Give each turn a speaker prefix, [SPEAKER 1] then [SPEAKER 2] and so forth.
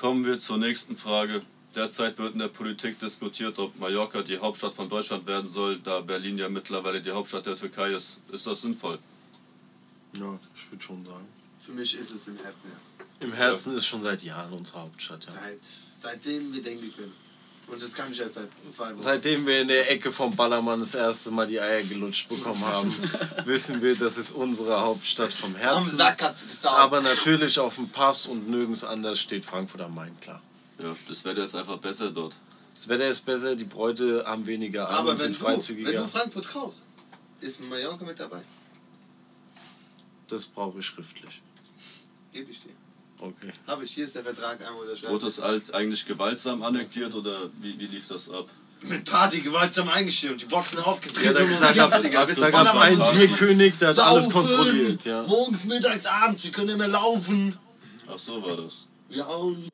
[SPEAKER 1] Kommen wir zur nächsten Frage. Derzeit wird in der Politik diskutiert, ob Mallorca die Hauptstadt von Deutschland werden soll, da Berlin ja mittlerweile die Hauptstadt der Türkei ist. Ist das sinnvoll?
[SPEAKER 2] Ja, ich würde schon sagen.
[SPEAKER 3] Für mich ist es im Herzen, ja.
[SPEAKER 2] Im Herzen ist schon seit Jahren unsere Hauptstadt, ja.
[SPEAKER 3] Seit, seitdem wir denken können. Und das kann ich jetzt seit zwei Wochen.
[SPEAKER 2] Seitdem wir in der Ecke vom Ballermann das erste Mal die Eier gelutscht bekommen haben, wissen wir, das ist unsere Hauptstadt vom
[SPEAKER 3] am
[SPEAKER 2] Herzen.
[SPEAKER 3] Sack hat's gesagt.
[SPEAKER 2] Aber natürlich auf dem Pass und nirgends anders steht Frankfurt am Main, klar.
[SPEAKER 1] Ja, das Wetter ist einfach besser dort.
[SPEAKER 2] Das Wetter ist besser, die Bräute haben weniger an
[SPEAKER 3] Aber
[SPEAKER 2] und
[SPEAKER 3] wenn
[SPEAKER 2] sind
[SPEAKER 3] du, wenn
[SPEAKER 2] freizügiger.
[SPEAKER 3] du Frankfurt kaufst, ist Mallorca mit dabei.
[SPEAKER 2] das brauche ich schriftlich.
[SPEAKER 3] Gebe ich dir.
[SPEAKER 2] Okay.
[SPEAKER 3] Habe ich, hier ist der Vertrag einmal unterschrieben.
[SPEAKER 1] Wurde es alt eigentlich gewaltsam annektiert oder wie, wie lief das ab?
[SPEAKER 3] Mit Party gewaltsam eingestimmt, die Boxen
[SPEAKER 2] Ja,
[SPEAKER 3] aufgetreten
[SPEAKER 2] da, da gab es
[SPEAKER 1] Digga, wir sind voll am
[SPEAKER 2] einen
[SPEAKER 1] Abend.
[SPEAKER 2] Bierkönig, der hat alles
[SPEAKER 3] Saufen,
[SPEAKER 2] kontrolliert. Ja.
[SPEAKER 3] Morgens, mittags, abends, wir können immer laufen.
[SPEAKER 1] Ach so war das.
[SPEAKER 3] Wir hauen